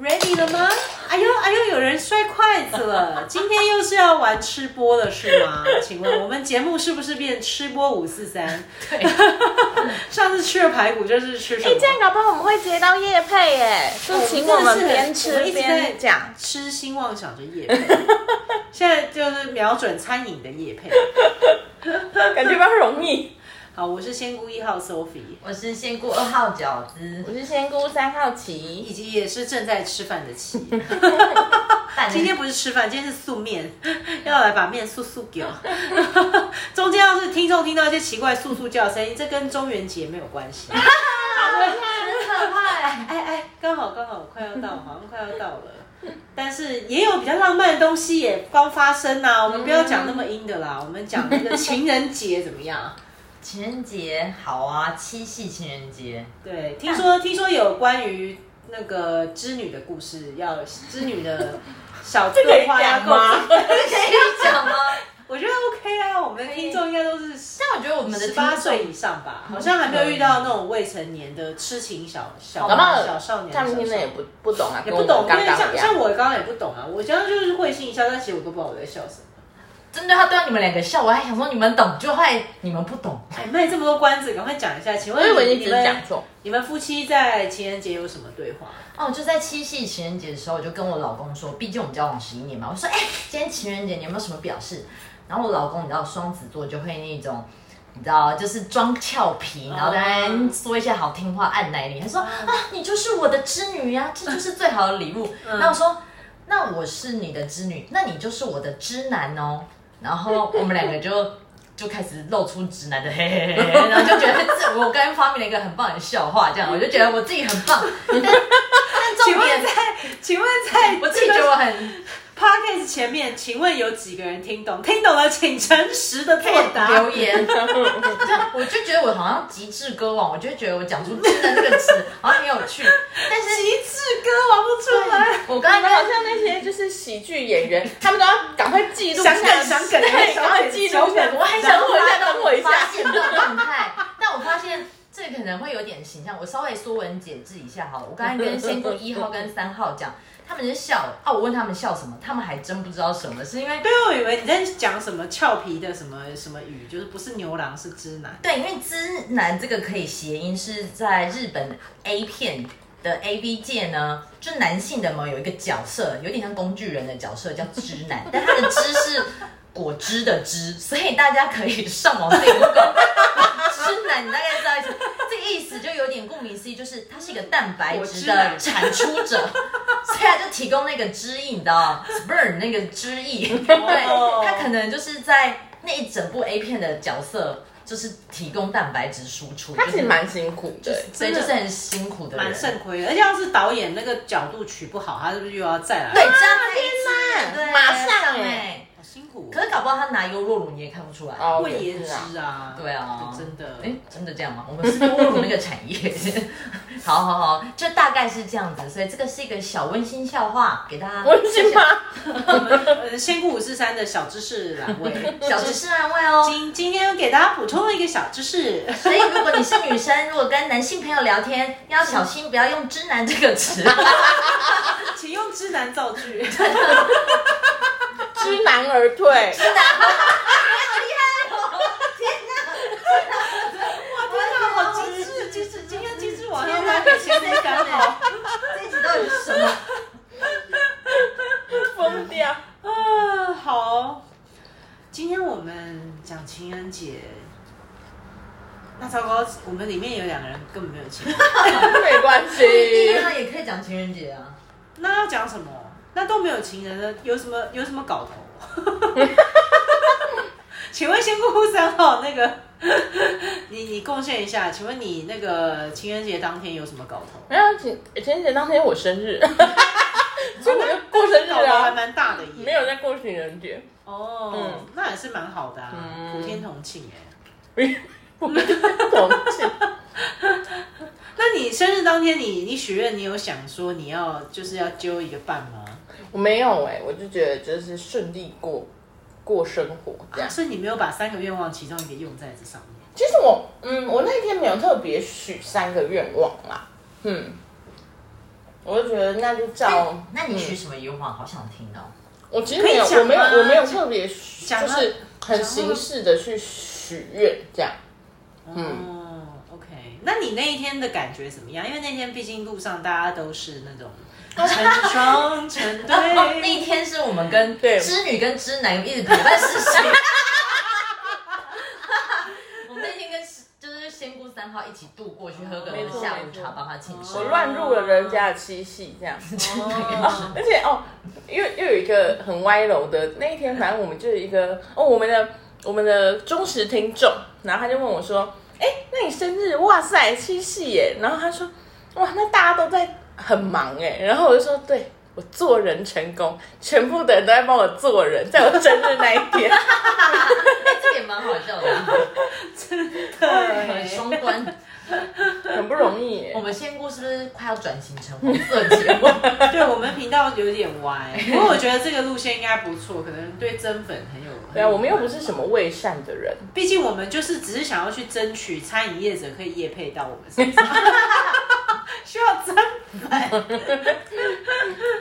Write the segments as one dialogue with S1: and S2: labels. S1: ready 了吗？哎呦哎呦，有人摔筷子 了！今天又是要玩吃播了是吗？请问我们节目是不是变吃播五四三？
S2: 对，
S1: 上次吃了排骨，这是吃什
S3: 哎、
S1: 么？
S3: 这样搞不好我们会接到叶配耶，就请哦我们边吃边讲。
S1: 痴心妄想着夜配， 现在就是瞄准餐饮的夜配。
S3: 感觉比较容易。
S1: 好，我是仙姑一号 Sophie，
S2: 我是仙姑二号饺子
S3: 我，是仙姑三号
S1: 以
S3: 棋，
S1: 及也是正在吃饭的琪。
S2: 但
S1: 今天不是吃饭，今天是素面， 要来把面速速给我。 中间要是听众听到一些奇怪速速叫的声音，这跟中元节没有关系。
S2: 很可怕。
S1: 哎哎，刚好刚好快要到，好像快要到了。但是也有比较浪漫的东西也刚发生呐、我们不要讲那么阴的啦，我们讲那个情人节怎么样？
S2: 情人节好啊，七夕情人节，
S1: 对，听说听说有关于那个织女的故事，要织女的小对话要够。
S2: 可以讲吗？
S1: 我觉得 OK 啊，我们的听众应该都是
S2: 但我觉得我们的
S1: 十
S2: 听
S1: 八
S2: 众
S1: 岁以上吧，
S3: 嗯
S1: 好像还没有遇到那种未成年的痴情小小
S3: 搞不好
S1: 小少年的
S3: 他
S1: 小少
S3: 们听的也
S1: 年。
S3: 不不懂啊，
S1: 也
S3: 跟
S1: 不
S3: 我
S1: 懂，
S3: 们
S1: 因为
S3: 刚
S1: 像
S3: 刚一样
S1: 像。我刚刚也不懂啊，我刚刚就是会心一笑，但其实我都不知道我在笑什么。
S2: 真的，他对你们两个笑，我还想说你们懂，就害你们不懂。
S1: 哎，卖这么多关子，赶快讲一下。请
S3: 我以
S1: 问
S3: 为
S1: 你
S3: 你
S1: 你
S3: 只是
S1: 们
S3: 讲错，
S1: 你们夫妻在情人节有什么对话？
S2: 哦，就在七夕情人节的时候，我就跟我老公说，毕竟我们交往十一年嘛，我说，哎、今天情人节你有没有什么表示？然后我老公，你知道双子座就会那种，你知道就是装俏皮，然后在那边说一些好听话按奶你，他说啊，你就是我的织女呀、这就是最好的礼物。那、我说，那我是你的织女，那你就是我的织男哦。然后我们两个就。 就开始露出直男的嘿嘿嘿，嘿，然后就觉得这我刚刚发明了一个很棒的笑话，这样我就觉得我自己很棒，但但重
S1: 请
S2: 点
S1: 问在 请问在
S2: 我自己觉得我很
S1: podcast 前面，请问有几个人听懂？听懂了，请诚实的作答
S2: 留。言，这样我就觉得我好像极致歌王，我就觉得我讲出“真的”这个词好像很有趣，但是
S1: 极致歌王不出来，
S2: 我刚
S3: 你们好
S2: 刚
S3: 像那些就是喜剧演员，他们都要赶快记录下
S1: 想梗想梗
S3: 对，
S1: 想
S3: 赶快
S1: 梗
S3: 记
S1: 想
S3: 录
S1: 梗
S3: 下来。
S1: 我还想
S3: 等我一下，等我一下。
S2: 发现到动态，但我发现。这可能会有点形象，我稍微说文解字一下好了。我刚才跟先姑一号跟三号讲，他们就笑了啊。我问他们笑什么，他们还真不知道什么，是因为
S1: 对，我以为你在讲什么俏皮的什么什么语，就是不是牛郎是织男。
S2: 对，因为“知男”这个可以谐音，是在日本 A 片的 AV 界呢，就男性的嘛有一个角色，有点像工具人的角色叫知男，但他的“知”是果汁的“汁”，所以大家可以上网自己 Google 知男，你大概知道意思。这个意思就有点顾名思义，就是它是一个蛋白质的产出者， 所以他就提供那个汁液，你知道吗？Sperm 那个汁液，对，他可能就是在那一整部 A 片的角色，就是提供蛋白质输出。
S3: 他其实
S2: 就是
S3: 蛮辛苦的，
S2: 所以就是很辛苦的人，哎
S1: 蛮肾亏的，而且要是导演那个角度取不好，他是不是又要再来？
S2: 对，这
S1: 好
S2: 样
S3: 天哪
S2: 对
S3: 马上
S2: 哎、
S3: 哎
S1: 辛苦哦
S2: 可。是搞不好他拿优若乳，你也看不出来。
S3: 哦
S1: 会
S3: 也
S1: 颜
S3: 是啊。
S1: 值啊，
S2: 对啊，
S1: 真的。
S2: 哎，真的这样吗？我们是落入那个产业。 好好好，就大概是这样子，所以这个是一个小温馨笑话，给大家
S3: 温馨吗？
S1: 呃，仙姑五四三的小知识栏位，
S2: 小知识安慰 哦。
S1: 今今天给大家补充了一个小知识，
S2: 所以如果你是女生，如果跟男性朋友聊天，要小心不要用“直男”这个 词。
S1: 请用知难造句。
S3: 知难而 退。
S1: 哇，好机智，机智，今天机智网上来给前面刚好。
S2: 这一集到底是什么？
S3: 疯掉。
S1: 啊，好，今天我们讲情人节。那糟糕，我们里面有两个人根本没有情 人节，
S3: 没关系，
S2: 那也可以讲情人节啊。
S1: 那要讲什么？那都没有情人了，有什么有什么搞 头？请问先姑姑三号那个， 你你贡献一下，请问你那个情人节当天有什么搞头？
S3: 没有情情人节当天我生 日，所以我就过生日
S1: 哦搞头还
S3: 啊，
S1: 蛮大的耶，
S3: 没有在过情人节。
S1: 哦，
S3: 嗯
S1: 那也是蛮好的啊，
S3: 嗯
S1: 普天同庆哎。
S3: 我们同庆，
S1: 那你生日当天你，你许愿，你有想说你要就是要揪一个伴吗？
S3: 我没有哎、我就觉得就是顺利过过生活这
S1: 啊，。
S3: 样
S1: 所以你没有把三个愿望其中一个用在这上面。
S3: 其实我嗯，我那天没有特别许三个愿望啦，嗯，啊我就觉得那就照。
S2: 那你许什么愿望？好想听哦。
S3: 我其实没有，
S1: 哎可以讲
S3: 我没有，
S1: 吗
S3: 我没有特别，就
S1: 啊
S3: 是很形式的去许愿这样。嗯，
S1: 哦，OK，那你那一天的感觉怎么样？因为那天毕竟路上大家都是那 种成双成
S2: 哦，那一
S1: 对，
S2: 天是我们跟
S3: 对
S2: 织女跟织男一直陪伴事情。 我们那天跟就是仙姑三号一起度过去喝个
S1: 没错
S2: 下午
S3: 没错
S2: 茶，帮他庆生。
S3: 我乱入了人家的七夕 这样。
S1: 哦
S3: 而且哦，又又有一个很歪楼的那一天，反正我们就是一个哦，我们的我们的忠实听众，然后他就问我说：“哎，那你生日？哇塞，七夕耶！”然后他说：“哇，那大家都在很忙哎。”然后我就说：“对。”我做人成功，全部的人都在帮我做人，在我生日那一天，
S2: 哎这个也蛮好笑的，很
S1: 对，
S2: 双关。
S3: 很不容易耶
S2: 我。们仙姑是不是快要转型成红色节 目？
S1: 对我们频道有点歪，不过我觉得这个路线应该不错，可能对真粉很有。
S3: 对啊，我们又不是什么伪善的人，
S1: 毕竟我们就是只是想要去争取餐饮业者可以业配到我们身 上，需要争。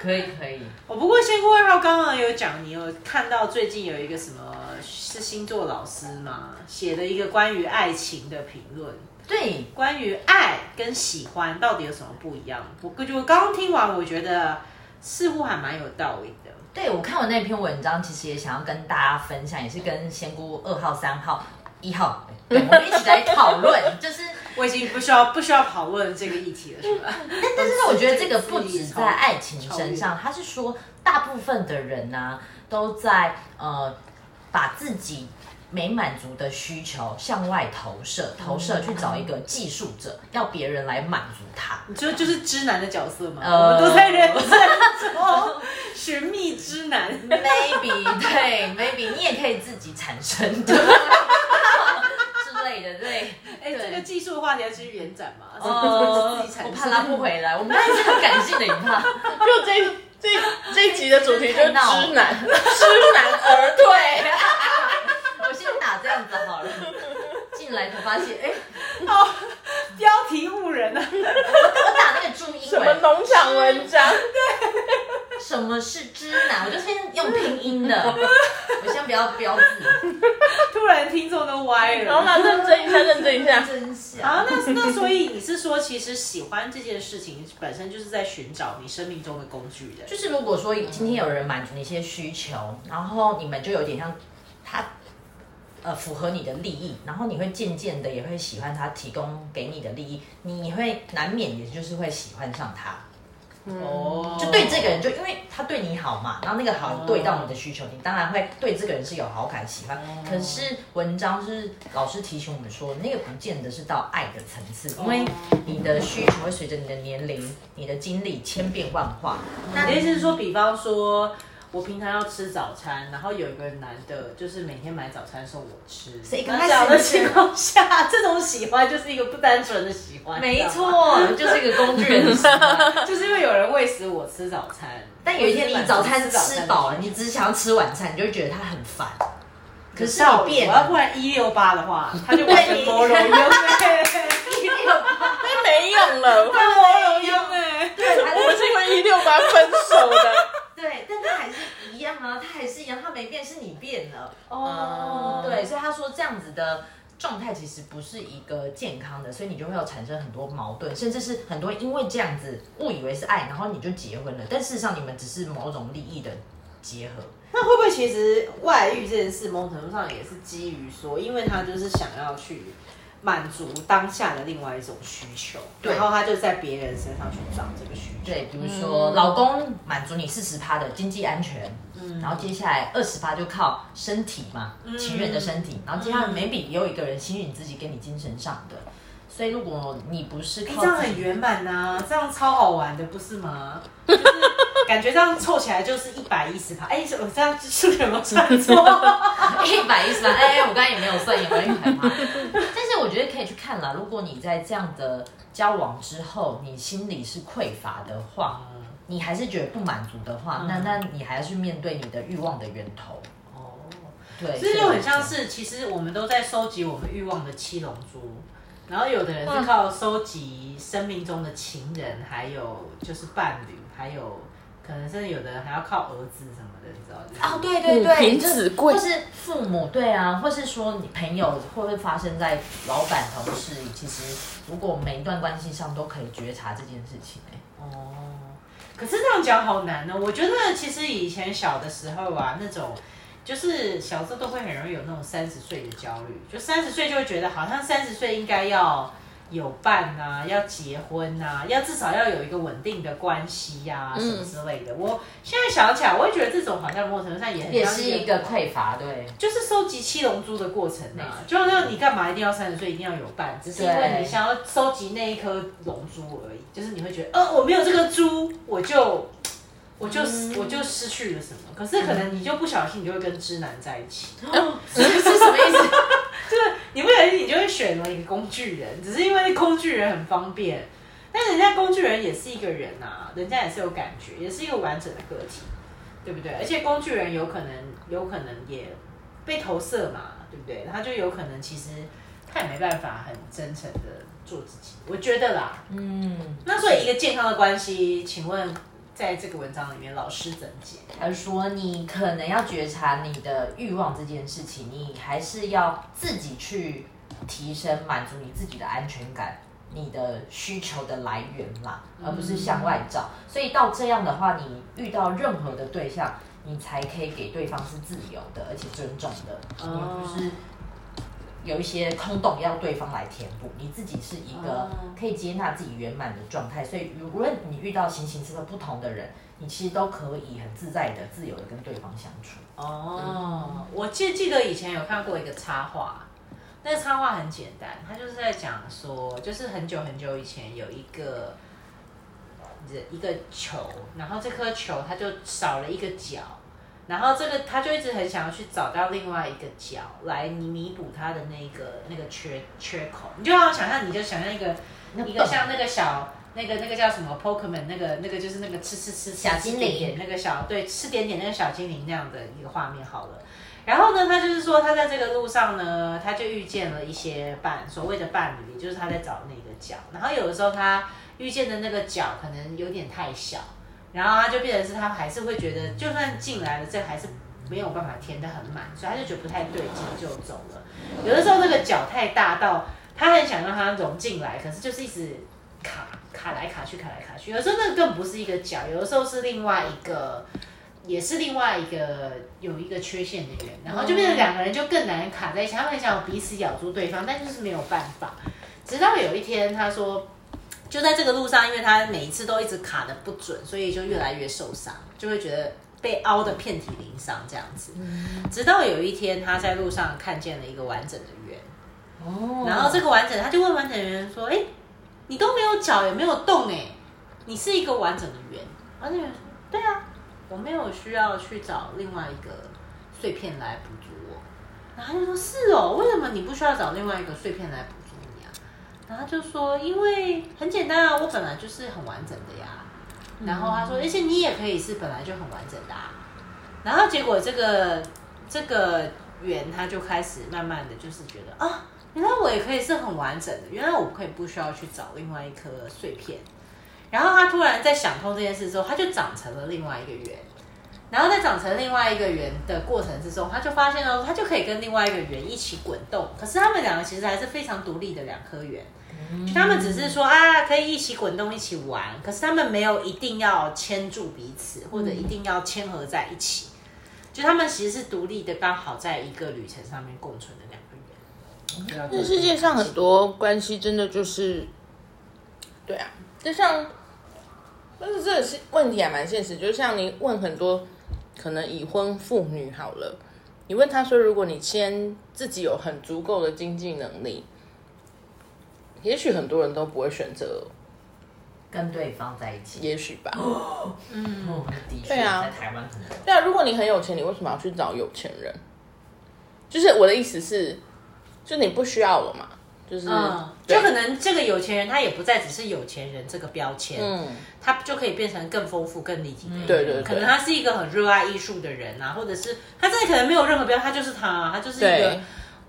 S2: 可以可以，
S1: 我不过先过二号刚刚有讲，你有看到最近有一个什么是星座老师嘛写的一个关于爱情的评论，
S2: 对，
S1: 关于爱跟喜欢到底有什么不一样？我就刚刚听完，我觉得似乎还蛮有道理的。
S2: 对，哎我看我那篇文章，其实也想要跟大家分享，也是跟仙姑二号、三号、一号，对，我们一起来讨论。就是，
S1: 我已经不需要不需要讨论这个议题了，是吧？
S2: 但是我觉得这个不止在爱情身上，他是说大部分的人呢、都在呃把自己没满足的需求向外投射，投射去找一个技术者，要别人来满足他。
S1: 你就就是知男的角色嘛，
S2: 呃
S1: 我们都在人生中寻觅知男。
S2: Maybe 对，Maybe 你也可以自己产生的 之类的，对。
S1: 哎、这个技术话题要继续延展嘛？
S2: 哦，
S1: 自己产
S2: 我
S1: 生
S2: 怕拉不回来，我们还是很感性的一 趴。
S3: 就这这这一集的主题就是
S2: 太闹 了
S3: 知难，知难而退。
S2: 我先打这样子好了。进来才发现，哎、
S1: 哦，标题误人啊！
S2: 我打那个注音
S3: 什么
S2: 文，
S3: 农场文章？
S2: 什么是知男？我就先用拼音的， 我先不要标字，
S1: 突然听众都歪
S3: 然后
S1: 了。
S3: 呢，认真一下，认真一下。
S2: 真相。
S1: 啊，那那所以你是说，其实喜欢这件事情本身就是在寻找你生命中的工具人，
S2: 就是如果说今天有人满足你一些需求，然后你们就有点像他。呃，符合你的利益，然后你会渐渐的也会喜欢他提供给你的利益，你会难免也就是会喜欢上他。
S1: 哦，
S2: 就对这个人，就因为他对你好嘛，然后那个好对到你的需求，你当然会对这个人是有好感、喜欢。
S1: 哦
S2: 可是文章是老师提醒我们说，那个不见得是到爱的层次，因为你的需求会随着你的年龄、你的经历千变万化。那
S1: 你的意思是说，比方说我平常要吃早餐，然后有一个男的，就是每天买早餐送我吃，
S2: 谁跟
S1: 那
S2: 他
S1: 这样的
S2: 是不是
S1: 情况下，这种喜欢就是一个不单纯的喜欢，
S2: 没
S1: 你知 道吗，
S2: 错，就是一个工具人喜欢。
S1: 就是因为有人喂食我吃早餐，
S2: 但有一天
S1: 或者
S2: 你
S1: 是
S2: 早餐
S1: 满足
S2: 吃饱了，你只想要吃晚餐，你就会觉得他很烦。可是
S1: 到
S2: 你
S1: 底
S2: 变
S1: 我要
S2: 了
S1: 不，然一六八的话，他就完全毛茸茸 哎，
S3: 那哎没用了，
S1: 毛茸茸哎，
S2: 对，还
S3: 我们
S2: 是
S3: 是因为一六八分手的。
S2: 对，但他还是一样啊，他还是一样，他没变，是你变了。
S1: 哦
S2: 对，，所以他说这样子的状态其实不是一个健康的，所以你就会有产生很多矛盾，甚至是很多因为这样子误以为是爱，然后你就结婚了，但事实上你们只是某种利益的结合。
S1: 那会不会其实外遇这件事，某种程度上也是基于说，因为他就是想要去满足当下的另外一种需求，
S2: 对
S1: 然后他就在别人身上去找这个需求。
S2: 对，比如
S1: 嗯
S2: 说、老公满足你四十趴的经济安全，
S1: 嗯
S2: 然后接下来二十趴就靠身体嘛，情人的身体，然后接下
S1: 嗯
S2: 来每笔也有一个人吸引自己给你精神上的。所以，如果你不是
S1: 哎
S2: 靠
S1: 这样
S2: 自己
S1: 很圆满呐、这样超好玩的，不是 吗？就是感觉这样凑起来就是一百一十趴。哎、我这样数学有没有算错？
S2: 一百一十八，哎，我刚才也没有算，也没有一 百嘛。但是我觉得可以去看啦。如果你在这样的交往之后，你心里是匮乏的话，你还是觉得不满足的话，那那你还要去面对你的欲望的源头。
S1: 哦。
S2: 对，
S1: 这就很像是，其实我们都在收集我们欲望的七龙珠，然后有的人是靠收集生命中的情人，还有就是伴侣，还有可能甚至有的人还要靠儿子什么的，你知道吗？
S2: 哦，对对对，
S3: 嗯五品子贵
S2: 或是父母，对啊，或是说你朋友，或会发生在老板、同事，其实如果每一段关系上都可以觉察这件事情、欸，
S1: 哦，可是这样讲好难呢、哦我觉得其实以前小的时候啊，那种就是小时候都会很容易有那种三十岁的焦虑，就三十岁就会觉得好像三十岁应该要有伴啊，要结婚啊，要至少要有一个稳定的关系呀、什么之类的。我现在想起来，我会觉得这种好像某种程度上也很
S2: 嗯也
S1: 像
S2: 是一个匮乏，对，
S1: 就是收集七龙珠的过程啊
S2: 没
S1: 就
S2: 错，
S1: 那你干嘛一定要三十岁一定要有伴，只是因为
S2: 对
S1: 你想要收集那一颗龙珠而已，就是你会觉得，呃，我没有这个珠，我就我就、
S2: 嗯
S1: 我就失去了什么。可是可能你就不小心，你就会跟知男在一起，
S3: 嗯
S2: 是是什么意思？
S1: 你不小心你就会选了一个哎工具人，只是因为工具人很方便，但人家工具人也是一个人啊，人家也是有感觉，也是一个完整的个体，对不对？而且工具人有可能有可能也被投射嘛，对不对？他就有可能其实他也没办法很真诚的做自己，我觉得啦。
S2: 嗯，
S1: 那所以一个健康的关系，请问在这个文章里面老师怎么解？
S2: 他说你可能要觉察你的欲望这件事情，你还是要自己去提升满足你自己的安全感。你的需求的来源啦，而不是向外找。所以到这样的话，你遇到任何的对象，你才可以给对方是自由的，而且尊重的，你
S1: 哦
S2: 不是有一些空洞要对方来填补，你自己是一个
S1: 哦
S2: 可以接纳自己圆满的状态。所以无论你遇到形形色色不同的人，你其实都可以很自在的、自由的跟对方相处。
S1: 哦，我记记得以前有看过一个插画，那个插画很简单，它就是在讲说，就是很久很久以前有一个人一个球，然后这颗球它就少了一个角，然后这个他就一直很想要去找到另外一个角来弥弥补他的那个那个缺缺口，你就让我想象，你就想象一个
S2: 那
S1: 一
S2: 个
S1: 个像那个小。那个那个叫什么 Pokemon，那个那个就是那个吃吃吃吃
S2: 小精灵
S1: 吃点点那个小对吃点点那个小精灵那样的一个画面好了。然后呢，他就是说他在这个路上呢，他就遇见了一些伴，所谓的伴侣，就是他在找那个角。然后有的时候他遇见的那个角可能有点太小，然后他就变成是他还是会觉得，就算进来了，这还是没有办法填得很满，所以他就觉得不太对劲，就走了。有的时候那个脚太大到他很想让它融进来，可是就是一直卡卡来卡去，卡来卡去。有的时候那个更不是一个脚，有的时候是另外一个。也是另外一个有一个缺陷的人，然后就变成两个人就更难卡在一起，他们很想彼此咬住对方，但就是没有办法。直到有一天，他说就在这个路上，因为他每一次都一直卡的不准，所以就越来越受伤，就会觉得被凹的遍体鳞伤这样子。直到有一天，他在路上看见了一个完整的圆，
S2: 哦
S1: 然后这个完整，他就问完整的圆说：“哎、你都没有脚也没有动、哎，你是一个完整的圆。”完整的圆说：“对啊，我没有需要去找另外一个碎片来补足我。”然后他就说：“是哦，为什么你不需要找另外一个碎片来补足你啊？”然后他就说：“因为很简单啊，我本来就是很完整的呀。”然后他说：“而且你也可以是本来就很完整的、啊。”然后结果这个这个圆他就开始慢慢的就是觉得啊，原来我也可以是很完整的，原来我可以不需要去找另外一颗碎片。然后他突然在想通这件事之后，他就长成了另外一个圆。然后在长成另外一个圆的过程之中，他就发现哦，他就可以跟另外一个圆一起滚动。可是他们两个其实还是非常独立的两颗圆，他们只是说啊，可以一起滚动，一起玩。可是他们没有一定要牵住彼此，或者一定要牵合在一起。就他们其实是独立的，刚好在一个旅程上面共存的两个人。
S3: 这世界上很多关系真的就是，对啊，就像，但是这个是问题还蛮现实，就像你问很多可能已婚妇女好了，你问她说，如果你先自己有很足够的经济能力，也许很多人都不会选择，
S2: 跟对方在一起，
S3: 也许吧。
S2: 嗯，的确
S3: 对啊
S2: 在台湾可能
S3: 对啊，如果你很有钱，你为什么要去找有钱人？就是我的意思是，就你不需要我嘛，就是、
S1: 嗯，就
S3: 对
S1: 可能这个有钱人他也不再只是有钱人这个标签，
S3: 嗯，
S1: 他就可以变成更丰富、更立体的人。
S3: 对对对
S1: 可能他是一个很热爱艺术的人啊，或者是他真的可能没有任何标签，他就是他啊，他就是一个
S3: 对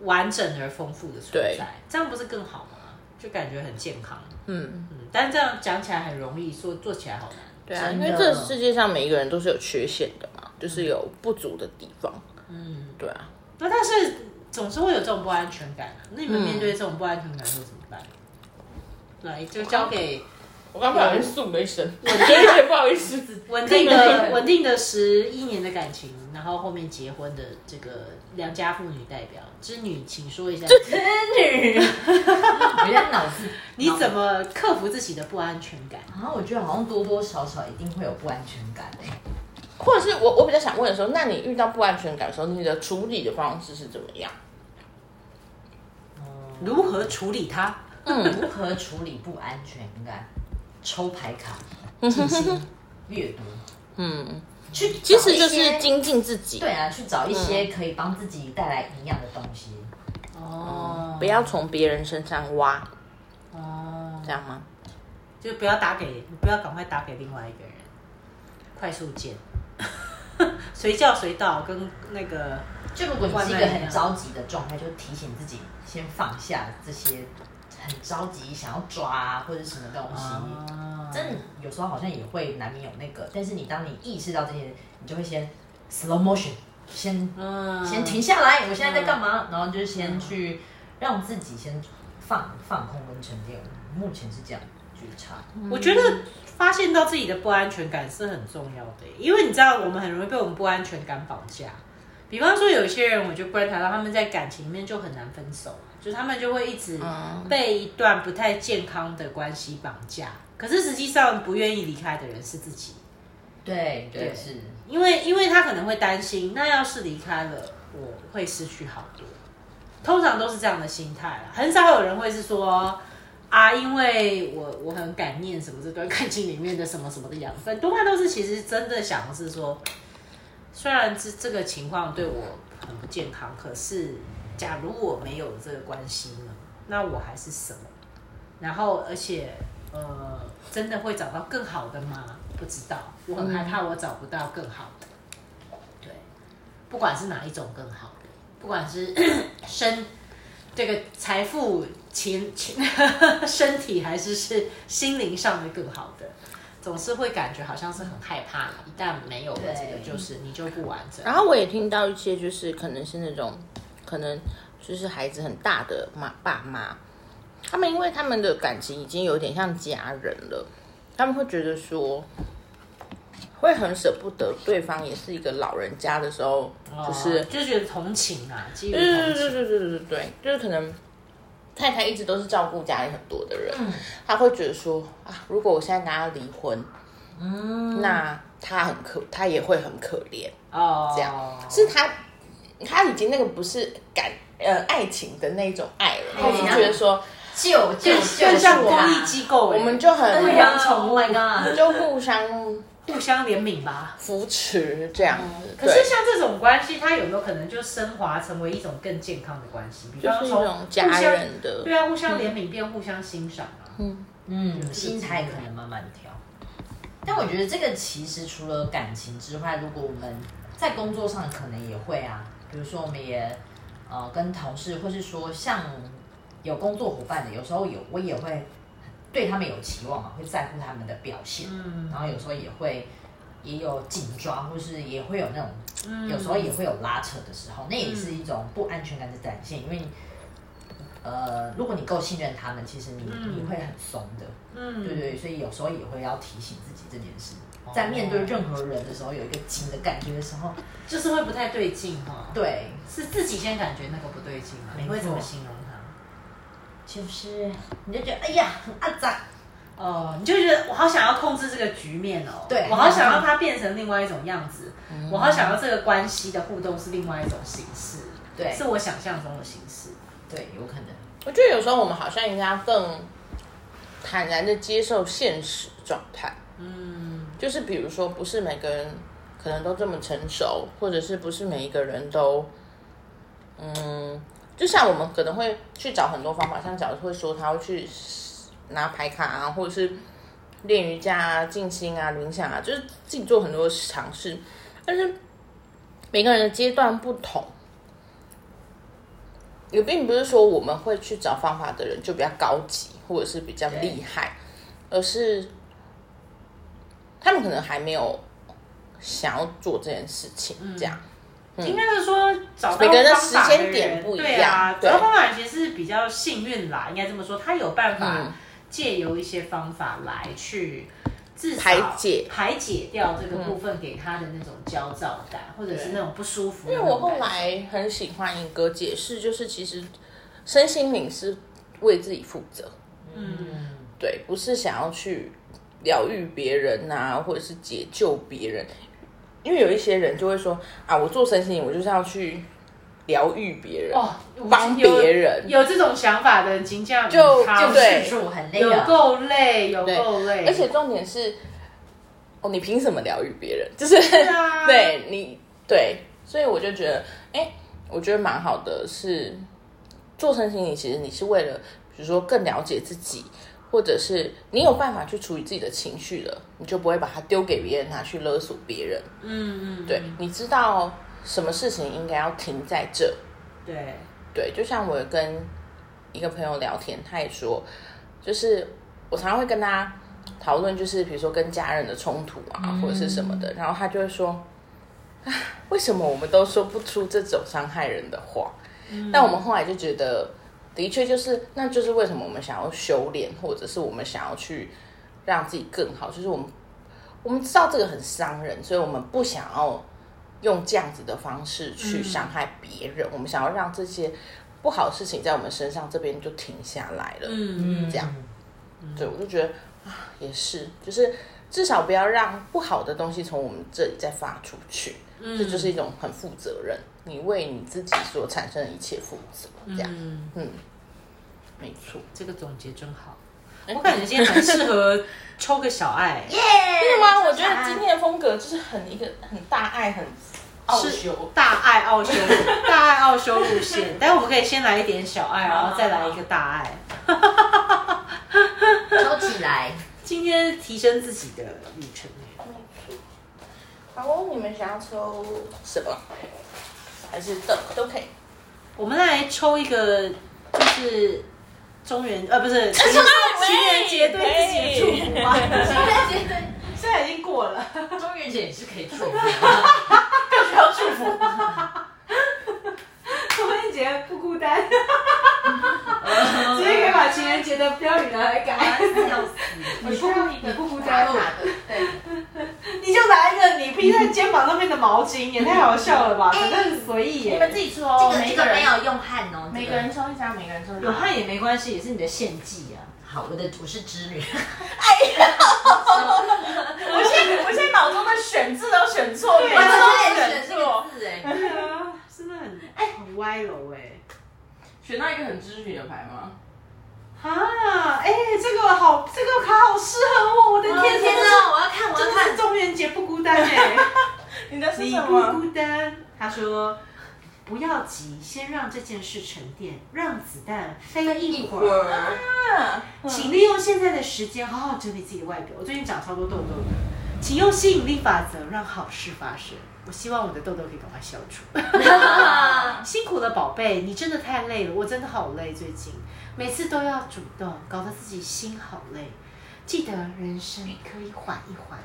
S1: 完整而丰富的存
S3: 对
S1: 在，这样不是更好吗？就感觉很健康。
S3: 嗯，
S1: 嗯，但这样讲起来很容易，做做起来好难。
S3: 对啊，
S2: 真
S3: 因
S2: 的
S3: 为这世界上每一个人都是有缺陷的嘛，就是有不足的地方。
S1: 嗯，
S3: 对啊，
S1: 那但是总是会有这种不安全感啊。那你
S3: 嗯
S1: 们面对这种不安全感会怎么办？来，就交给
S3: 我刚不小心素了一 声，我觉得有点不好意思。
S1: 稳定的、稳定的十一年的感情，然后后面结婚的这个良家妇女代表织女，请说一下，
S2: 织女，我觉得脑子
S1: 你怎么克服自己的不安全感？
S2: 啊，我觉得好像多多少少一定会有不安全感哎、
S3: 或者是我我比较想问的时候，那你遇到不安全感的时候，你的处理的方式是怎么样？
S1: 如何处理它？
S3: 嗯
S2: 如何处理不安全感？抽 牌卡进行阅读，
S3: 嗯，
S2: 去找
S3: 其
S2: 一些
S3: 实就是精进自己，
S2: 对啊，去找一些
S1: 嗯
S2: 可以帮自己带来营养的东西。
S1: 哦，
S3: 不要从别人身上挖，
S1: 哦，
S3: 这样吗？
S1: 就不要打给，不要赶快打给另外一个人，快速键， 随叫随到，跟那个
S2: 就如果你是一个很着急的状态，就提醒自己先放下这些很着急想要抓啊或者什么东西。
S1: 哦
S2: 真的有时候好像也会难免有那个，但是你当你意识到这些，你就会先 slow motion，先
S1: 嗯
S2: 先停下来，我现在在干嘛？然后就先去让自己先放放空跟沉淀。我目前是这样觉察，
S1: 我觉得发现到自己的不安全感是很重要的，因为你知道我们很容易被我们不安全感绑架。比方说，有些人我就观察到他们在感情里面就很难分手，就是他们就会一直
S2: 嗯
S3: 嗯
S1: 被一段不太健康的关系绑架。可是实际上不愿意离开的人是自己，
S2: 对
S1: 对
S2: 对是，
S1: 因为因为他可能会担心，那要是离开了，我会失去好多。通常都是这样的心态啦，很少有人会是说啊，因为我我很感念什么这段感情里面的什么什么的养分，多半都是其实真的想的是说，虽然这这个情况对我很不健康，可是假如我没有这个关系呢，那我还是什么？然后而且呃，真的会找到更好的吗？不知道，我很害怕我找不到更好的。对，不管是哪一种更好的，不管是呃 身这个财富、情情、身体，还是是心灵上的更好的。总是会感觉好像是很害怕，一旦没有了这个，
S2: 对
S1: 就是你就不完整。
S3: 然后我也听到一些，就是可能是那种，可能就是孩子很大的妈爸妈，他们因为他们的感情已经有点像家人了，他们会觉得说，会很舍不得对方也是一个老人家的时候，就是
S1: 哦就觉得同情啊，基于
S3: 对对
S1: 同情，
S3: 对对对对对对，就是可能太太一直都是照顾家里很多的人，她会觉得说啊，如果我现在跟他离婚，嗯，那他很可，他也会很可怜。
S1: 哦，
S3: 这样，是他他已经那个不是感呃爱情的那种爱了，
S1: 哦
S3: 他已经觉得说
S2: 救救
S1: 更
S2: 救
S1: 像
S2: 像
S1: 公
S2: 公
S1: 益
S2: 益机
S1: 机构欸，
S3: 我们就很
S2: 不
S1: 啊
S2: 养宠物，Oh my god！
S3: 就互相
S1: 互相怜悯吧。
S3: 扶持这样子，
S1: 嗯可是
S3: 对，
S1: 像这种关系，它有没有可能就升华成为一种更健康的关系？比方
S3: 就是一
S1: 说
S3: 种家人的
S1: 互相对啊，互相怜悯变互相欣赏啊。
S2: 嗯，心态可能慢慢调。但我觉得这个其实除了感情之外，如果我们在工作上可能也会啊，比如说我们也呃跟同事，或是说像有工作伙伴的，有时候有我也会对他们有期望嘛，会在乎他们的表现，
S1: 嗯
S2: 然后有时候也会也有紧抓，或是也会有那种
S1: 嗯
S2: 有时候也会有拉扯的时候，那也是一种不安全感的展现，因为你呃，如果你够信任他们，其实你、
S1: 嗯
S2: 你会很松的，
S1: 嗯，
S2: 对对，所以有时候也会要提醒自己这件事，哦在面对任何人的时候，有一个紧的感觉的时候，
S1: 就是会不太对劲哈、哦。
S2: 对，
S1: 是自己先感觉那个不对劲嘛？
S2: 没错
S1: 你会怎么形容它？
S2: 就是你就觉得哎呀很阿杂，
S1: 哦，你就觉得我好想要控制这个局面哦，
S2: 对
S1: 我好想要它变成另外一种样子，
S3: 嗯
S1: 我好想要这个关系的互动是另外一种形式，
S2: 对
S1: 是我想象中的形式。
S2: 对，有可能，
S3: 我觉得有时候我们好像应该更坦然的接受现实状态，
S1: 嗯，
S3: 就是比如说不是每个人可能都这么成熟，或者是不是每一个人都嗯。就像我们可能会去找很多方法，像假如会说他会去拿牌卡啊，或者是练瑜伽啊、静心啊、冥想啊，就是自己做很多尝试。但是每个人的阶段不同，也并不是说我们会去找方法的人就比较高级或者是比较厉害，而是他们可能还没有想要做这件事情，这样。
S1: 应该是说找到
S3: 嗯每个人的
S1: 方法
S3: 时间
S1: 人
S3: 点不一
S1: 对
S3: 样
S1: 啊，
S3: 对
S1: 找到方法人其实是比较幸运啦，应该这么说，他有办法
S3: 嗯
S1: 借由一些方法来去至少
S3: 排解
S1: 排解掉这个部分给他的那种焦躁感，或者是那种不舒服的
S3: 嗯因
S1: 那
S3: 为我
S1: 种感觉。
S3: 后来很喜欢一个解释，就是其实身心灵是为自己负责，
S1: 嗯，
S3: 对，不是想要去疗愈别人呐、或者是解救别人。因为有一些人就会说啊，我做身心灵，我就是要去疗愈别人，
S1: 哦，我
S3: 帮
S1: 有
S3: 别人
S1: 哦有这种想法的人，请这样
S3: 就
S1: 好
S3: 就对
S2: 事主很累
S1: 有
S2: 的，
S1: 够累，有
S3: 对
S1: 够累，
S3: 而且重点是，哦，你凭什么疗愈别人？ 就是
S1: 啊
S3: 对你对，所以我就觉得，哎、我觉得蛮好的是，做身心灵，其实你是为了，比如说更了解自己，或者是你有办法去处理自己的情绪了，你就不会把它丢给别人，拿去勒索别人。
S1: 嗯嗯，
S3: 对，你知道什么事情应该要停在这，
S1: 对，
S3: 对，就像我跟一个朋友聊天，他也说，就是我常常会跟他讨论，就是比如说跟家人的冲突啊，或者是什么的，然后他就会说，啊，为什么我们都说不出这种伤害人的话？但我们后来就觉得，的确就是，那就是为什么我们想要修炼，或者是我们想要去让自己更好，就是我们我们知道这个很伤人，所以我们不想要用这样子的方式去伤害别人，我们想要让这些不好的事情在我们身上这边就停下来了。
S1: 嗯
S3: 这样，对我就觉得啊，也是，就是至少不要让不好的东西从我们这里再发出去，这
S2: 嗯
S3: 就是一种很负责任，你为你自己所产生的一切负责，这样，
S1: 嗯，
S3: 没错。
S1: 这个总结真好，我感觉今天很适合抽个小爱。
S3: 对吗？我觉得今天的风格就是很一个很大爱，很傲
S1: 是
S3: 羞。
S1: 大爱奥修，大爱奥修路线，但我们可以先来一点小爱，然后再来一个大爱。
S2: 收起来。
S1: 今天提升自己的旅程，
S3: 好哦，你们想要抽什么？还是都都可以。
S1: 我们来抽一个，就是中元呃不是情人节对自己的祝福吧。 现在已经过了，
S2: 中元节也是可以 祝福，
S3: 不要祝福。
S1: 中元节不孤单， 直接可以把情人节的标语拿来改。
S2: 笑死！
S1: 你不孤你不孤单，
S2: 的，对，
S1: 你就拿一个你披在肩膀上面的毛巾，也太好笑了吧？反正很随意
S4: 你
S1: 耶
S4: 们。自己抽哦，
S2: 这个
S4: 每
S2: 这
S4: 一个
S2: 个没
S4: 人
S2: 有用汗哦，
S4: 每
S2: 这
S4: 个人抽一张，每个人抽一张。
S1: 有汗也没关系，也是你的献祭啊。
S2: 好，我的我是织女，
S3: 我现在我现在脑中的选字都选错，每
S1: 啊
S3: 次都
S2: 我
S3: 选
S2: 这个
S3: 错，
S2: 字哎，
S1: 对啊，真的很哎很歪楼哎、
S4: 选到一个很知识的牌吗？
S1: 啊哎、这个好这个卡好适合我，我的哦天
S2: 天
S1: 哪！
S2: 哪，我要看，我
S1: 真
S2: 要
S1: 的是
S2: 看，
S1: 中元节不孤单哎、
S3: 你的是
S1: 你
S3: 什
S1: 不
S3: 么？
S1: 孤单。他说不要急，先让这件事沉淀，让子弹飞一会儿。请利用现在的时间好好整理自己的外表。我最近长超多痘痘的，请用吸引力法则让好事发生。我希望我的痘痘可以赶快消除。 辛苦了，宝贝，你真的太累了，我真的好累，最近每次都要主动，搞得自己心好累。记得人生可以缓一缓，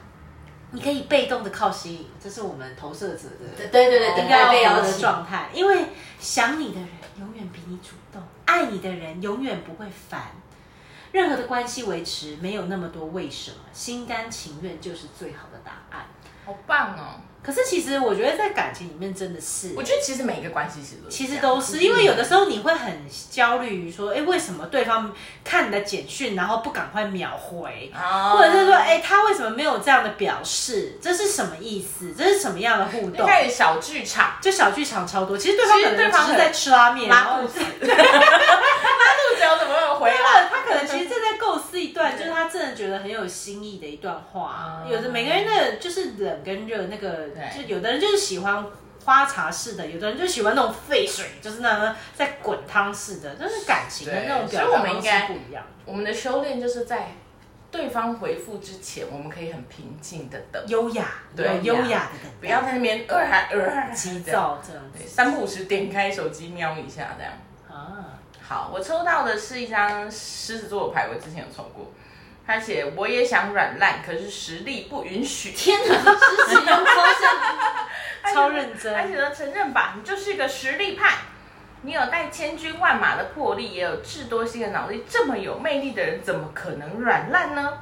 S1: 你可以被动的靠吸引，这是我们投射者
S2: 对
S1: 的
S2: 对对对，
S1: 应
S2: 等
S1: 该
S2: 待哦被
S1: 要有
S2: 邀
S1: 哦的
S2: 请，
S1: 状态，因为想你的人永远比你主动，爱你的人永远不会烦。任何的关系维持没有那么多为什么，心甘情愿就是最好的答案。
S3: 好棒哦！
S1: 可是其实我觉得在感情里面真的是，
S4: 我觉得其实每一个关系其实都
S1: 其实都是因为有的时候你会很焦虑，于说，哎、为什么对方看你的简讯，然后不赶快秒回，
S3: 啊
S2: 哦
S1: 或者是说，哎、他为什么没有这样的表示？这是什么意思？这是什么样的互动？
S4: 开始小剧场，
S1: 就小剧场超多，其实对方可
S4: 其实对
S1: 能只
S4: 方
S1: 是
S4: 很
S1: 在吃拉面，
S4: 拉
S1: 然后
S4: 肚子，肚子我怎么有回 来？
S1: 他可能其实正在构思一 段，就是他真的觉得很有新意的一段
S4: 啊
S1: 话。有的每个人的就是冷跟热，那个就有的人就是喜欢花茶式的，有的人就喜欢那种沸水，就是那种在滚汤式的，就是感情的
S4: 对
S1: 那种表
S4: 所以
S1: 达
S4: 我们
S1: 方
S4: 应
S1: 式
S4: 该
S1: 不一样。
S4: 我们的修炼就是在对方回复之前，我们可以很平静的等，
S1: 优雅，有
S4: 对
S1: 优雅的等
S4: 不要在那边呃还呃还
S1: 急，躁这样
S4: 对
S1: 子。
S4: 三不五时点开手机瞄一下这样。
S1: 啊，
S4: 好，我抽到的是一张狮子座的牌，我之前有抽过。他写我也想软烂，可是实力不允许。
S2: 天哪，
S1: 自己用抽象，超认
S4: 他写
S1: 真，
S4: 的承认吧，你就是个实力派，你有带千军万马的魄力，也有智多星的脑力，这么有魅力的人，怎么可能软烂呢？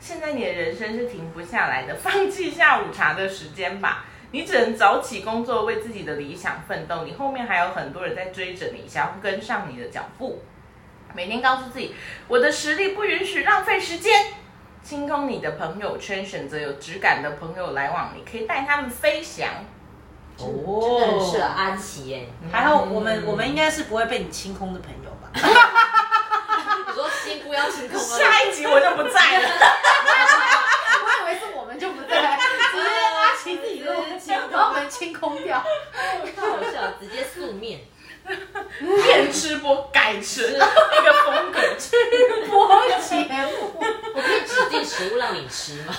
S4: 现在你的人生是停不下来的，放弃下午茶的时间吧。你只能早起工作，为自己的理想奋斗。你后面还有很多人在追着你，想要跟上你的脚步。每天告诉自己，我的实力不允许浪费时间。清空你的朋友圈，选择有质感的朋友来往，你可以带他们飞翔。
S2: 真的很适合安琪耶。
S1: 还好我
S4: 嗯
S1: 们我们应该是不会被你清空的朋友 吧？
S2: 你说心不要清空吗？
S4: 下一集我就不在了。
S1: 我以为是我们就不在，只是阿奇自己就把我们清空掉。
S2: 太好笑了，直接素面。
S4: 变吃播改吃那个风格，
S1: 播节目，
S2: 我可以指定食物让你吃吗？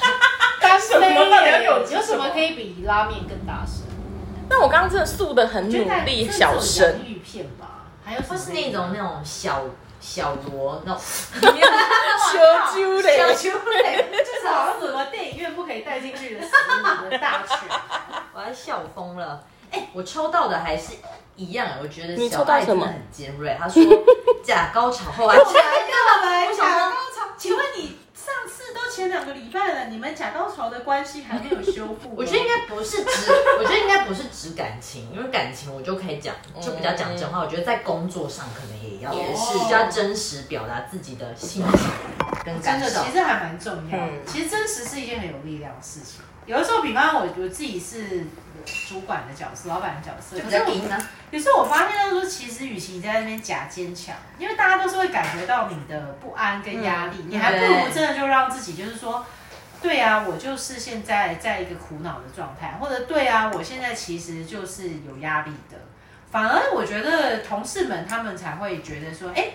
S1: 干
S4: 什么到底要有
S1: 有什么可以比拉面更大声？
S3: 但我刚刚真的素的很努力，小声。
S1: 玉片吧，还有
S2: 或是 那种那种小小罗 那种，
S3: 小猪嘞，
S1: 至少什么电影院不可以带进去的食物的大全。
S2: 我要笑疯了。哎、我抽到的还是一样，我觉得
S3: 你
S2: 小
S3: 抽到
S2: 爱
S3: 什
S2: 真
S3: 么
S2: 的很尖锐。他说假 高潮后
S1: 哎
S2: 还
S1: 干嘛来
S2: 假
S1: 假高潮？请问你上次都前两个礼拜了，你们假高潮的关系还没有修复 吗？
S2: 我觉得应该不是 指，我觉得应该不是指感情，因为感情我就可以讲，就比较讲真话。我觉得在工作上可能嗯也要，
S1: 也是
S2: 比较真实表达自己的心情跟
S1: 真
S2: 感
S1: 的
S2: 受
S1: 其。实还蛮重要的。
S3: 嗯
S1: 其实真实是一件很有力量的事情。有的时候，比方我我自己是主管的角色、老板的角色，
S2: 就
S1: 可
S2: 比
S1: 是
S2: 较
S1: 我
S2: 硬啊，
S1: 有时候我发现到说，其实与其你在那边假坚强，因为大家都是会感觉到你的不安跟压力，你还不如
S2: 对
S1: 真的就让自己就是说，对啊，我就是现在在一个苦恼的状态，或者对啊，我现在其实就是有压力的。反而我觉得同事们他们才会觉得说，哎、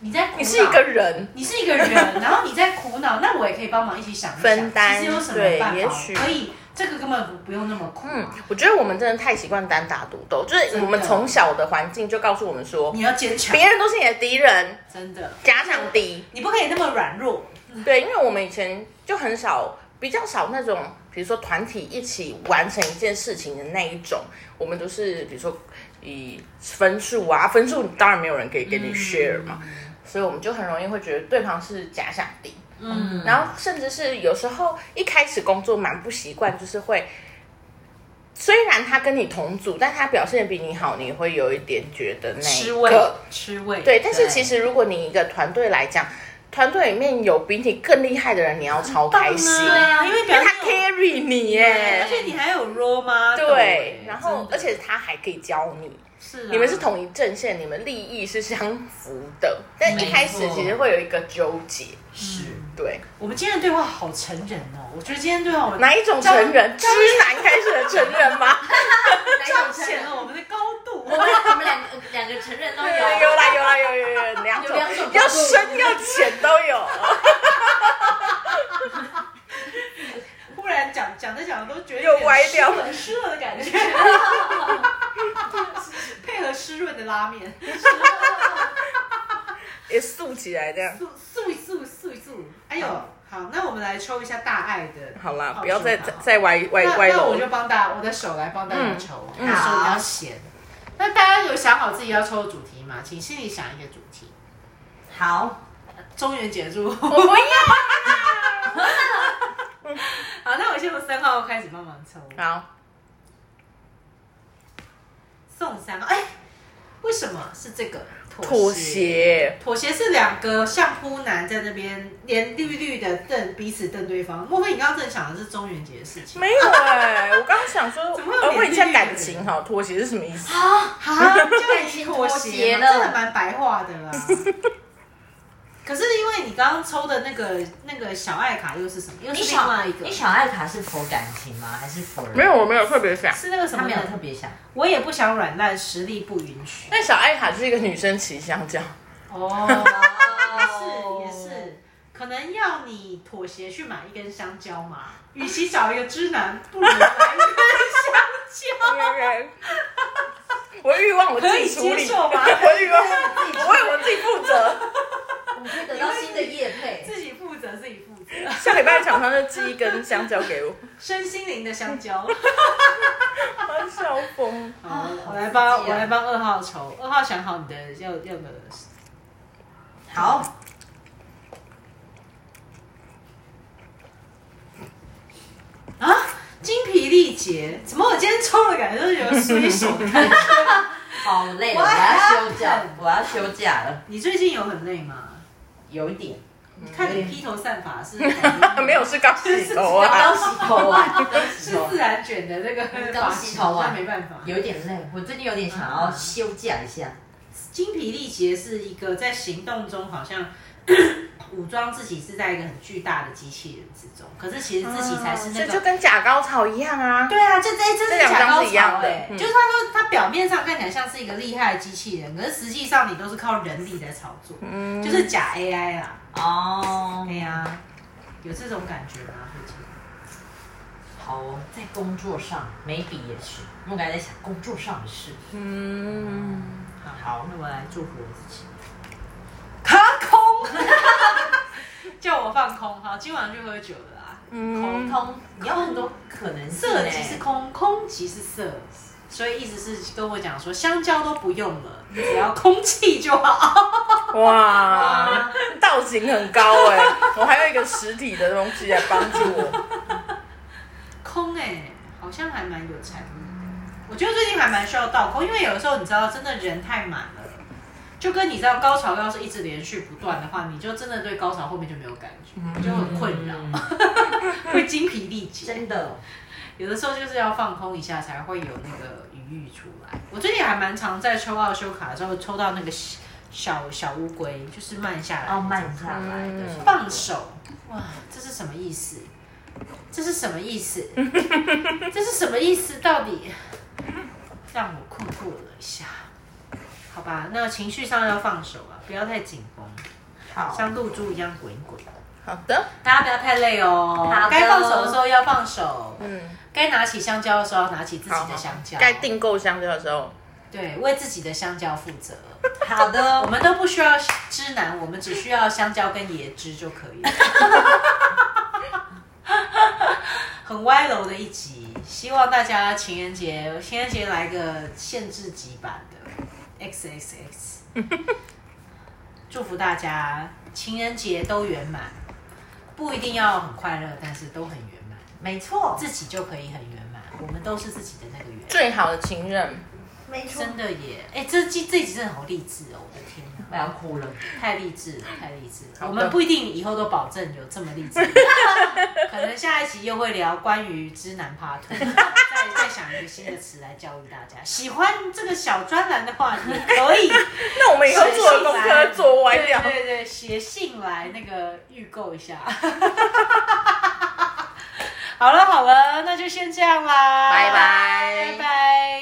S1: 你在苦恼
S3: 你是一个人，
S1: 你是一个人，然后你在苦恼，那我也可以帮忙一起想一想，
S3: 分担
S1: 其实有什么
S3: 对
S1: 办
S3: 也
S1: 法
S3: 许
S1: 可以，这个根本不不用那么苦、
S3: 嗯
S1: 啊，
S3: 我觉得我们真的太习惯单打独斗，就是我们从小的环境就告诉我们说，
S1: 你要坚强，
S3: 别人都是你的敌人，
S1: 真的，
S3: 假想敌。
S1: 你不可以那么软弱。
S3: 对，因为我们以前就很少，比较少那种，比如说团体一起完成一件事情的那一种，我们都是比如说以分数啊，分数当然没有人可以跟你 share 嘛，所以我们就很容易会觉得对方是假想敌，
S1: 嗯，
S3: 然后甚至是有时候一开始工作蛮不习惯，就是会。虽然他跟你同组，但他表现得比你好，你会有一点觉得那
S1: 吃
S3: 个
S1: 味，吃味，
S3: 对，但是
S2: 对
S3: 其实如果你一个团队来讲，团队里面有比你更厉害的人，你要超
S1: 棒啊
S3: 开心，
S1: 因为
S3: 因为
S1: 表
S3: 他
S1: 示有
S3: carry 你耶
S1: 而。且你还有 role 吗？
S3: 对，然后
S1: 真的
S3: 而且他还可以教你，
S1: 是啊
S3: 你们是同一阵线，你们利益是相符的，但一
S2: 没
S3: 开始
S2: 错
S3: 其实会有一个纠结。
S2: 是
S3: 对，
S1: 我们今天的对话好成人哦，我觉得今天对话我
S3: 哪一种成人？知男开始的成人吗？
S1: 彰 显了我们的高度。
S2: 我们两个两个承认都
S3: 有有啦有啦有有有有两
S2: 有
S3: 种
S2: 两种，
S3: 要深要浅都有。哦
S1: 忽然讲讲着讲着都觉得
S3: 又
S1: 有点
S3: 歪掉
S1: 湿润湿润的 感觉，配合湿润的拉面，
S3: 嗯也竖起来这样。
S1: 素素一素素一素，哎呦，好，那我们来抽一下大爱的，
S3: 好啦，
S1: 好
S3: 不要再
S1: 好
S3: 再再歪歪
S1: 那
S3: 歪
S1: 那
S3: 楼
S1: 我。就帮大家，我的手来帮大家抽，
S3: 嗯
S1: 嗯、手比较
S2: 好
S1: 闲。那大家有想好自己要抽的主题吗？请心里想一个主题。
S2: 好，
S1: 中元节祝福。
S3: 不要。
S1: 好，那我先从三号开始帮忙抽，
S3: 好，
S1: 送三号。哎、为什么是这个
S3: 妥
S1: 妥协？
S3: 协，
S1: 妥协是两个相扑男在那边连绿绿的瞪彼此瞪对方。莫非你刚刚正想的是中元节的事情？
S3: 没有哎、我刚刚想说，
S1: 怎么会有
S3: 呃问一下
S1: 脸绿绿的
S3: 感情哈，妥协是什么意思？
S1: 啊，
S2: 感
S1: 就
S2: 情
S1: 妥
S2: 妥
S1: 协
S2: 协
S1: 嘛
S2: 了
S1: 这还蛮白话的啦。 可是因为你刚刚抽的那个那个小爱卡又是什么？又
S2: 你
S1: 是
S2: 小
S1: 另外一个
S2: 你，小爱卡是佛感情吗？还是佛人？
S3: 没有，，我没有特别想。
S1: 是那个什
S2: 他
S1: 么
S2: 没有
S1: 的？
S2: 特别想。
S1: 我也不想软烂，实力不允许。
S3: 但小爱卡是一个女生骑香蕉，
S1: 哦，
S2: 哦
S1: 也 是也是，可能要你妥协去买一根香蕉嘛。与其找一个知男，不如买一根香蕉。
S3: OK，OK 我的欲望我自
S1: 可以
S3: 己处
S1: 接
S3: 理，
S1: 受吗？
S3: 我的欲望我为我自己负责。
S2: 我可以得到新的业配。
S1: 自己负责，自己负责，
S3: 下礼拜厂商就寄一根香蕉给我，
S1: 身心灵的相交。
S3: 我笑疯。
S1: 好，哦我
S2: 好
S1: 来
S2: 刺
S1: 帮
S2: 激
S1: 我
S2: 啊
S1: 来帮二号筹，二号想好你的要要的，
S2: 好，
S1: 啊，精疲力竭。怎么我今天抽的感觉就是有水手感？
S2: 好累了，
S1: 我
S2: 我
S1: 要
S2: 要休假，我要休假了，
S1: 你最近有很累吗？
S2: 有一点。
S1: 看你披头散发 是
S3: 没有是刚洗 头
S2: 刚
S3: 啊
S2: 刚，洗头啊，刚
S1: 是
S2: 洗头
S1: 自然卷的那个
S2: 刚
S1: 发
S2: 洗头啊
S1: 那没办法。
S2: 有一点累，我最近有点想要休假一下。
S1: 精疲力竭是一个在行动中好 像武装自己是在一个很巨大的机器人之中，可是其实自己才是那
S3: 这就
S1: 个。
S3: 跟假高潮一样啊。
S1: 对啊，这这这
S3: 这
S1: 是
S3: 两
S1: 假
S3: 张
S1: 高
S3: 是一样
S1: 潮
S3: 的
S1: 哎、
S3: 嗯
S1: 就是他说他表面上看起来像是一个厉害的机器人，可是实际上你都是靠人力在操作，
S3: 嗯
S1: 就是假 AI 啦。
S2: 哦
S1: 哎，呀，有这种感觉吗？最近？
S2: 好哦，在工作上，maybe 也是。我刚才在想工作上的事。
S3: 嗯，
S1: 好，那我来祝福我自己。卡空， 叫我放空。好，今晚去喝酒了啦。
S3: 嗯
S2: 空通，你有很多可能性
S1: 色
S2: 呢
S1: 即嗯是空，空即是色，所以意思是跟我讲说，香蕉都不用了，你只要空气就好。
S3: 哇，造型很高哎、我还有一个实体的东西来帮助我。
S1: 空哎、好像还蛮有禅意的。我觉得最近还蛮需要倒空，因为有的时候你知道，真的人太满了。就跟你知道高潮要是一直连续不断的话，你就真的对高潮后面就没有感觉，
S2: 嗯
S1: 你就很困扰，会精疲力 竭。
S2: 真的。
S1: 有的时候就是要放空一下，才会有那个余裕出来。我最近还蛮常在抽奥修卡的时候抽到那个小小小乌龟，就是慢下来，
S2: 要哦慢下来的时候，
S1: 放手。哇，这是什么意思？这是什么意思？ 这是什么意思？到底让我困惑了一下。好吧，那情绪上要放手啊，不要太紧绷，
S2: 好，
S1: 像露珠一样滚一滚。
S3: 好的，
S1: 大家不要太累哦
S2: 好的，
S1: 该放手的时候要放手。
S3: 嗯，
S1: 该拿起香蕉的时候，拿起自己
S3: 好
S1: 的香蕉。
S3: 该订购香蕉的时候，
S1: 对，为自己的香蕉负责。
S2: 好
S1: 我
S2: 的，
S1: 们都不需要汁男，我们只需要香蕉跟椰汁就可以了。 很歪楼的一集，希望大家情人节情人节来个限制级版的 X X X，祝福大家情人节都圆满，不一定要很快乐，但是都很圆满，
S2: 没错，
S1: 自己就可以很圆满，我们都是自己的那个圆。
S3: 最好的情人，
S2: 没
S1: 真的耶！哎、这季这集真的好励志哦，我的天
S2: 我
S1: 哪，
S2: 要哭了。
S1: 太励志了，太励志了！
S3: 的
S1: 我们不一定以后都保证有这么励 志，可能下一集又会聊关于知男怕兔， 再再想一个新的词来教育大家。喜欢这个小专栏的话，也可以
S3: 那我们以后 做的功课做歪掉。
S1: 对对对，写信来那个预购一下。 好了好了，那就先这样啦，
S3: 拜拜
S1: 拜拜。